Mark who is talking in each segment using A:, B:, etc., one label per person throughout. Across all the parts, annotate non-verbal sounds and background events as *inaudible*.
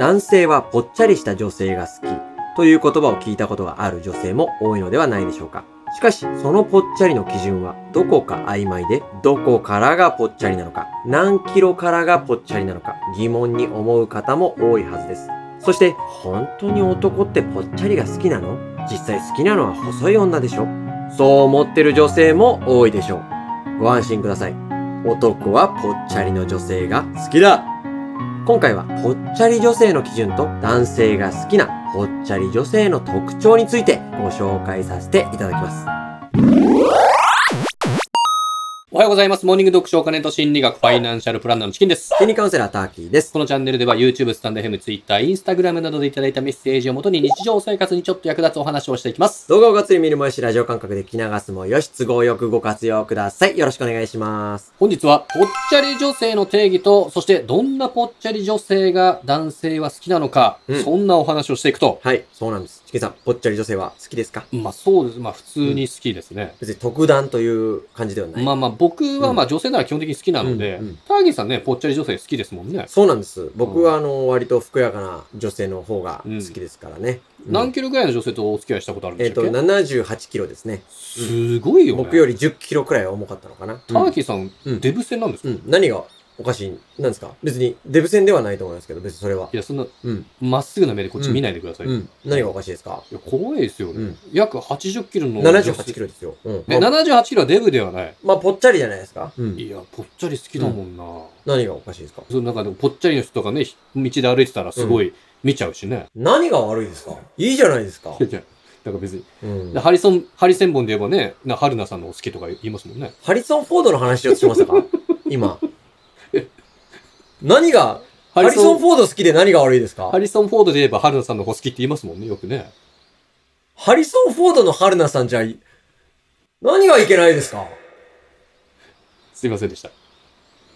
A: 男性はぽっちゃりした女性が好きという言葉を聞いたことがある女性も多いのではないでしょうか。しかし、そのぽっちゃりの基準はどこか曖昧で、どこからがぽっちゃりなのか、何キロからがぽっちゃりなのか疑問に思う方も多いはずです。そして、本当に男ってぽっちゃりが好きなの実際好きなのは細い女でしょそう思ってる女性も多いでしょう。ご安心ください。男はぽっちゃりの女性が好きだ今回はぽっちゃり女性の基準と男性が好きなぽっちゃり女性の特徴についてご紹介させていただきます。
B: おはようございます。モーニング読書お金と心理学ファイナンシャルプランナーのチキンです。
A: 心理カウンセラーターキーです。
B: このチャンネルでは YouTube、スタンド FM、Twitter、Instagram などでいただいたメッセージをもとに日常生活にちょっと役立つお話をしていきます。
A: 動画をがっつり見るもよし、ラジオ感覚で聞き流すもよし、都合よくご活用ください。よろしくお願いします。
B: 本日はぽっちゃり女性の定義と、そしてどんなぽっちゃり女性が男性は好きなのか、うん、そんなお話をしていくと。
A: はい、そうなんです。チキンさん、ぽっちゃり女性は好きですか
B: まあそうです。まあ普通に好きですね。うん、
A: 別に特段という感じではない。
B: まあまあ僕はまあ女性なら基本的に好きなので、うんうん、ターギーさんね、ぽっちゃり女性好きですもんね。
A: そうなんです。僕はあの、割とふくやかな女性の方が好きですからね。
B: うん、何キロぐらいの女性とお付き合いしたことあるんでしたっけえっ、
A: ー、と、78キロですね。
B: すごいよ、ね、
A: 僕より10キロくらい重かったのかな。
B: ターギーさん、デブ戦なんですか、
A: 何がおかしい、なんですか別に、デブ戦ではないと思いますけど、別にそれは。
B: いや、そんな、ま、うん、っすぐな目でこっち見ないでください。うんうん、
A: 何がおかしいですか
B: いや、怖いですよね。約80キロの。
A: 78キロですよ。
B: え、まあ、78キロはデブではない。
A: まあ、ぽっちゃりじゃないですか。
B: いや、ぽっちゃり好きだもんな。
A: 何がおかしいですか
B: そのなんか、ぽっちゃりの人とかね、道で歩いてたらすごい見ちゃうしね。 *laughs*
A: 何が悪いですかいいじゃないですか。
B: いやいやなんか別に。うん、ハリソン、ハリセンボンで言えばね、な、春菜さんのお好きとか言いますもんね。
A: ハリソン・フォードの話をしました
B: *laughs*
A: か今。何が、ハリソン・フォード好きで何が悪いですか
B: ハリソン・フォードで言えば、春菜さんの方好きって言いますもんね、よくね。
A: ハリソン・フォードの春菜さんじゃ、何がいけないですか
B: すいませんでした。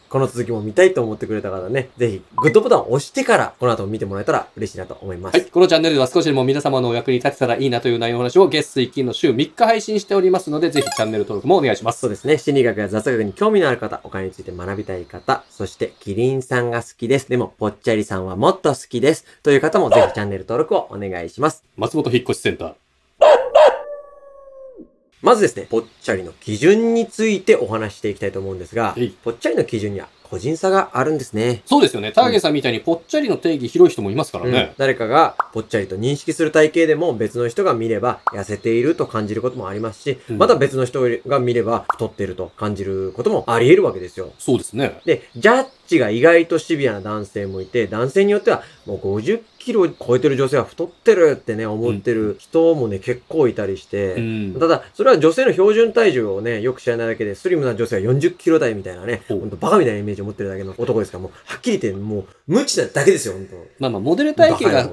A: この続きも見たいと思ってくれた方ね、ぜひ、グッドボタンを押してから、この後も見てもらえたら嬉しいなと思います。
B: はい。このチャンネルでは少しでも皆様のお役に立てたらいいなという内容の話を月水金の週3日配信しておりますので、ぜひチャンネル登録もお願いします。
A: そうですね。心理学や雑学に興味のある方、お金について学びたい方、そして、キリンさんが好きです。でも、ぽっちゃりさんはもっと好きです。という方もぜひチャンネル登録をお願いします。
B: 松本引越センター。
A: まずですね、ぽっちゃりの基準についてお話していきたいと思うんですが、ぽっちゃりの基準には個人差があるんですね。
B: そうですよね。ターゲさんみたいにぽっちゃりの定義広い人もいますからね、うん。
A: 誰かがぽっちゃりと認識する体型でも別の人が見れば痩せていると感じることもありますし、うん、また別の人が見れば太っていると感じることもあり得るわけですよ。
B: そうですね。
A: で、ジャッジが意外とシビアな男性もいて、男性によってはもう50キロ超えてる女性は太ってるってね、思ってる人もね、うん、結構いたりして、ただ、それは女性の標準体重をね、よく知らないだけで、スリムな女性は40キロ台みたいなね、ほんとバカみたいなイメージ持ってるだけの男ですから、もう、はっきり言って、もう、無知なだけですよ、本当
B: まあまあ、モデル体型が、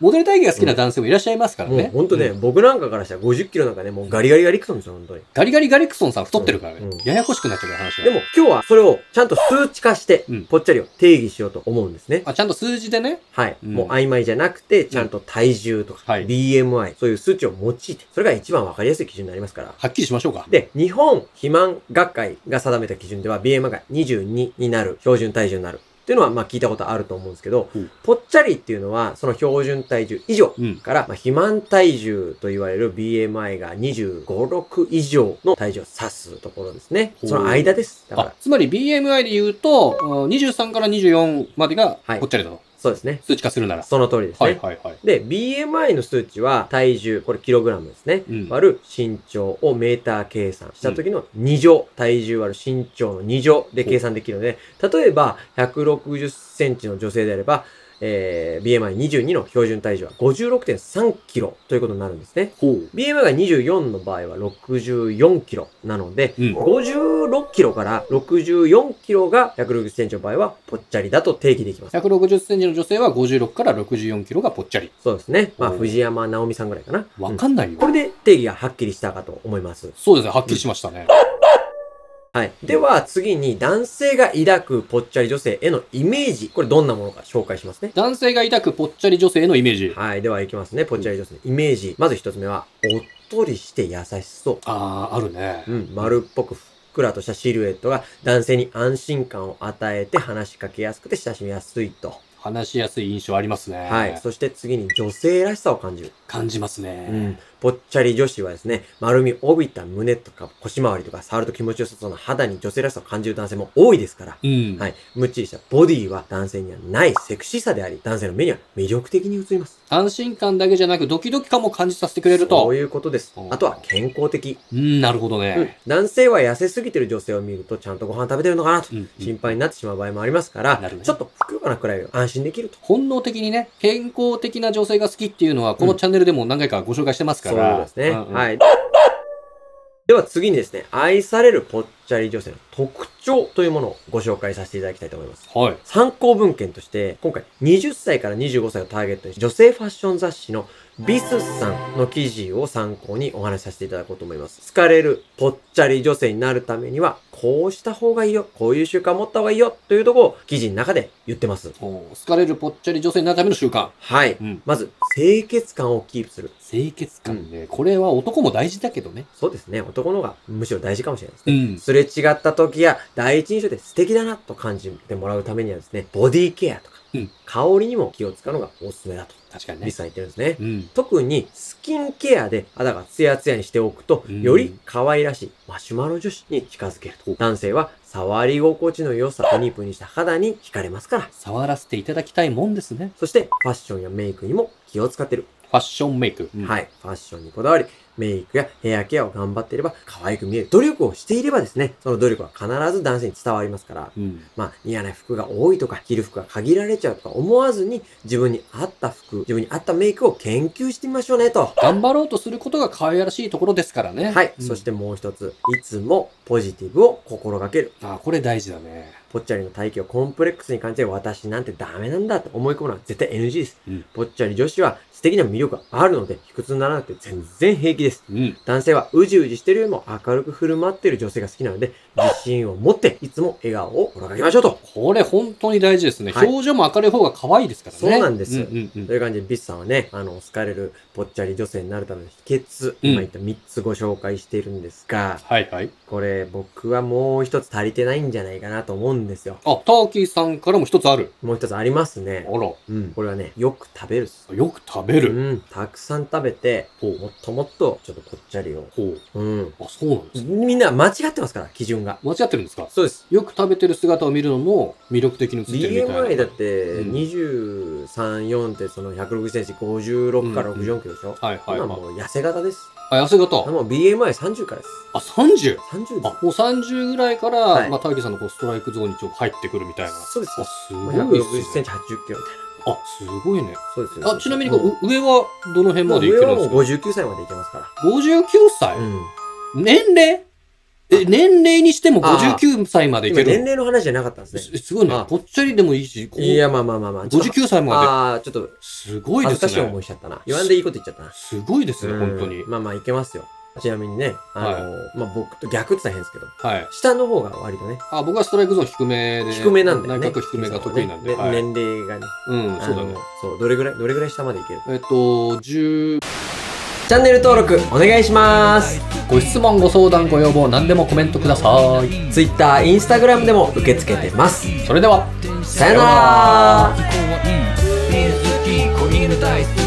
B: モデル体型が好きな男性もいらっしゃいますからね。
A: 本当ね、僕なんかからしたら50キロなんかね、もうガリガリガリクソンですよ、本当に。
B: ガリガリガリクソンさん太ってるからね。ややこしくなっちゃう話は。
A: でも、今日はそれをちゃんと数値化して、ぽっちゃりを定義しようと思うんですね。
B: あ、ちゃんと数字でね。
A: はい。もう曖昧じゃなくて、ちゃんと体重とか、BMI、そういう数値を用いて、それが一番わかりやすい基準になりますから。
B: はっきりしましょうか。
A: で、日本肥満学会が定めた基準では、BMI が20 2になる、標準体重になる。っていうのは、まあ聞いたことあると思うんですけど、うん、ぽっちゃりっていうのは、その標準体重以上から、うん、まあ肥満体重と言われる BMI が25、6以上の体重を指すところですね。その間です。だから。
B: つまり BMI で言うと、23から24までがぽっちゃりだと。はい
A: そうですね。
B: 数値化するなら。
A: その通りですね。
B: はいはいはい。
A: で、BMI の数値は体重、これキログラムですね。うん、割る身長をメーター計算した時の2乗、うん、体重割る身長の2乗で計算できるので、例えば160センチの女性であれば、えー、BMI22 の標準体重は56.3キロということになるんですね。BMI が24の場合は64キロなので、うん、56キロから64キロが160センチの場合はぽっちゃりだと定義できます。
B: 160センチの女性は56から64キロがぽっちゃり。
A: そうですね。まあ、藤山直美さんぐらいかな。
B: わかんないよ、うん、
A: これで定義がはっきりしたかと思います。
B: そうですね。はっきりしましたね。
A: はい。では、次に男性が抱くぽっちゃり女性へのイメージ。これどんなものか紹介しますね。
B: 男性が抱くぽっちゃり女性へのイメージ。
A: はい。では、いきますね。ぽっちゃり女性のイメージ。まず一つ目は、おっとりして優しそう。
B: ああ、あるね。
A: うん。丸っぽくふっくらとしたシルエットが男性に安心感を与えて話しかけやすくて親しみやすいと。
B: 話しやすい印象ありますね。
A: はい。そして次に女性らしさを感じる。
B: 感じます
A: う
B: ね。
A: ん。ぽっちゃり女子はですね、丸みを帯びた胸とか腰回りとか触ると気持ちよさそうな肌に女性らしさを感じる男性も多いですから。
B: うん。
A: はい。むっちりしたボディは男性にはないセクシーさであり、男性の目には魅力的に映ります。
B: 安心感だけじゃなく、ドキドキ感も感じさせてくれる
A: そう
B: と。
A: いうことです
B: お。ー
A: あとは健康的。
B: うん、なるほど
A: うん
B: ね。。
A: 男性は痩せすぎてる女性を見ると、ちゃんとご飯食べてるのかなと
B: うん。
A: 心配になってしまう場合もありますから、
B: なるほどね
A: ちょっとふくよかなくらいは安心できると。
B: 本能的にね、健康的な女性が好きっていうのは、このチャンネルでも何回かご紹介してますか
A: そう
B: ら。
A: ですね。
B: んうん
A: はい。では次にですね、愛されるぽっちゃり女性の特徴というものをご紹介させていただきたいと思います。
B: はい。
A: 参考文献として、今回20歳から25歳をターゲットに女性ファッション雑誌のビスさんの記事を参考にお話しさせていただこうと思います。好かれるぽっちゃり女性になるためには、こうした方がいいよ、こういう習慣を持った方がいいよというところを記事の中で言ってます。
B: お好かれるぽっちゃり女性になるための習慣。
A: はい。
B: うん。
A: まず、清潔感をキープする。
B: 清潔感ね。これは男も大事だけどね。
A: そうですね。男の方がむしろ大事かもしれないです
B: う
A: ね。
B: ん。
A: すれ違った時や第一印象で素敵だなと感じてもらうためにはですね、ボディケアとか、
B: うん
A: 香りにも気を使うのがおすすめだと、
B: 確かに
A: リ
B: ね
A: ス。さん言ってるんですね。
B: うん。
A: 特にスキンケアで肌がツヤツヤにしておくと、
B: うん
A: より可愛らしいマシュマロ女子に近づけると。男性は触り心地の良さ、プニプニした肌に惹かれますから。
B: 触らせていただきたいもんですね。
A: そして、ファッションやメイクにも気を使ってる。
B: ファッションメイク。い。
A: はい。ファッションにこだわり、メイクやヘアケアを頑張っていれば可愛く見える。努力をしていればですね、その努力は必ず男性に伝わりますから、
B: うん。
A: まあ、似合わない服が多いとか、着る服が限られちゃうとか思わずに、自分に合った服、自分に合ったメイクを研究してみましょうねと。
B: 頑張ろうとすることが可愛らしいところですからね。
A: はい。
B: うん
A: そし。てもう一つ、いつもポジティブを心がける。
B: あ、これ大事だね。
A: ぽっちゃりの体型をコンプレックスに感じて私なんてダメなんだって思い込むのは絶対 NG です。
B: うん
A: ぽっちゃり女子は素敵な魅力があるので、卑屈にならなくて全然平気です。
B: うん。
A: 男性はうじうじしてるよりも明るく振る舞ってる女性が好きなので、自信を持っていつも笑顔を心がけましょうと。
B: これ本当に大事ですね。
A: はい
B: 表情も明るい方が可愛いですからね。
A: そうなんです
B: うんうんうん
A: という感じで、ビスさんはね、あの、好かれるぽっちゃり女性になるための秘訣、
B: うん
A: 今言った3つご紹介しているんですが、
B: はいはい。
A: これ僕はもう一つ足りてないんじゃないかなと思うんですよ。
B: あ、ターキーさんからも一つある。
A: もう一つあります
B: あ
A: ね。
B: ら、
A: うん。これはね、よく食べるっす。
B: よく食べ
A: う
B: る。
A: ん。たくさん食べて、
B: ほう
A: もっともっと、ちょっとぽっちゃりを。
B: ほう。
A: うん。
B: あ、そうなんですね。
A: みんな間違ってますから、基準が。
B: 間違ってるんですか
A: そうです。
B: よく食べてる姿を見るのも魅力的に映ってるみたいな。
A: BMI だって
B: うん
A: 23、4ってその160センチ56から64キロでしょ、
B: はいはい
A: 今
B: はい。
A: もう痩せ型です。
B: あ、痩せ型。
A: もう BMI30 からです。
B: あ、30?
A: 30
B: あ
A: で、
B: もう30ぐらいから、
A: はい
B: まあ、大輝さんのこうストライクゾーンにちょっと入ってくるみたいな。
A: す。そうです
B: あ、。す
A: も
B: ご
A: う
B: いで
A: 160
B: す
A: セン
B: ね。
A: チ80キロみたいな。
B: あ、すごいね。
A: そうですよ。
B: あ、ちなみにこう、う上はどの辺
A: も
B: ま
A: う
B: でいけ
A: 上
B: る
A: は
B: ん
A: も
B: で
A: う
B: すか
A: 59歳までいけますか
B: ?59 歳
A: ら。、うん。
B: 年齢え、年齢にしても59歳までい
A: 今
B: け
A: 年
B: る
A: 齢の話じゃなかったんです
B: の
A: ね。
B: すすごいね
A: あ。
B: ぽっちゃりでもいいし、こう
A: いや、まあまあまあまあ。ちょっと
B: 59歳まで。
A: ああ、ちょっと
B: すごい
A: 恥ず
B: で
A: かしい
B: す
A: 思
B: ね。
A: いしちゃったな。言わんでいいこと言っちゃったな。
B: すごいですね、
A: うん
B: 本当に。
A: まあまあいけますよ。ちなみにね、あの、
B: はい
A: まあ僕と逆って大変ですけど、
B: はい。
A: 下の方が割とね、
B: あ、僕はストライクゾーン低めで。
A: 低めなんだよね。
B: 内角低めが得意なんで。
A: ね
B: はい
A: 年齢がね。
B: うん、そうだ
A: あ
B: ね
A: の。。そう、どれぐらい、どれぐらい下までいける
B: えっと、10、
A: チャンネル登録お願いします。
B: ご質問、ご相談、ご要望、何でもコメントください。
A: Twitter、Instagram でも受け付けてます。
B: それでは。
A: さよなら
C: 水着子犬大好き